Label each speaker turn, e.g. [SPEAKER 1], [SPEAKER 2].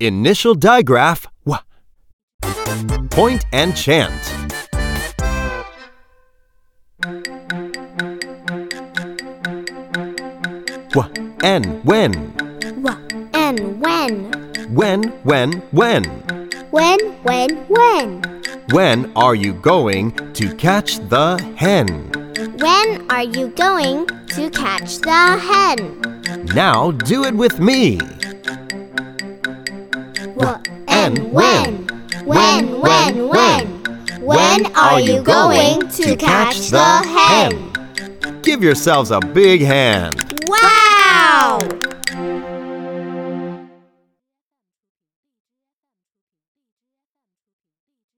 [SPEAKER 1] Initial digraph W. Point and chant. W N when
[SPEAKER 2] Wha and when.
[SPEAKER 1] when when when
[SPEAKER 2] When, when, when.
[SPEAKER 1] when are you going to catch the hen?
[SPEAKER 2] When are you going to catch the hen?
[SPEAKER 1] Now do it with me.
[SPEAKER 2] Wha and when. When, when, when. When are you going to catch the hen?
[SPEAKER 1] Give yourselves a big hand.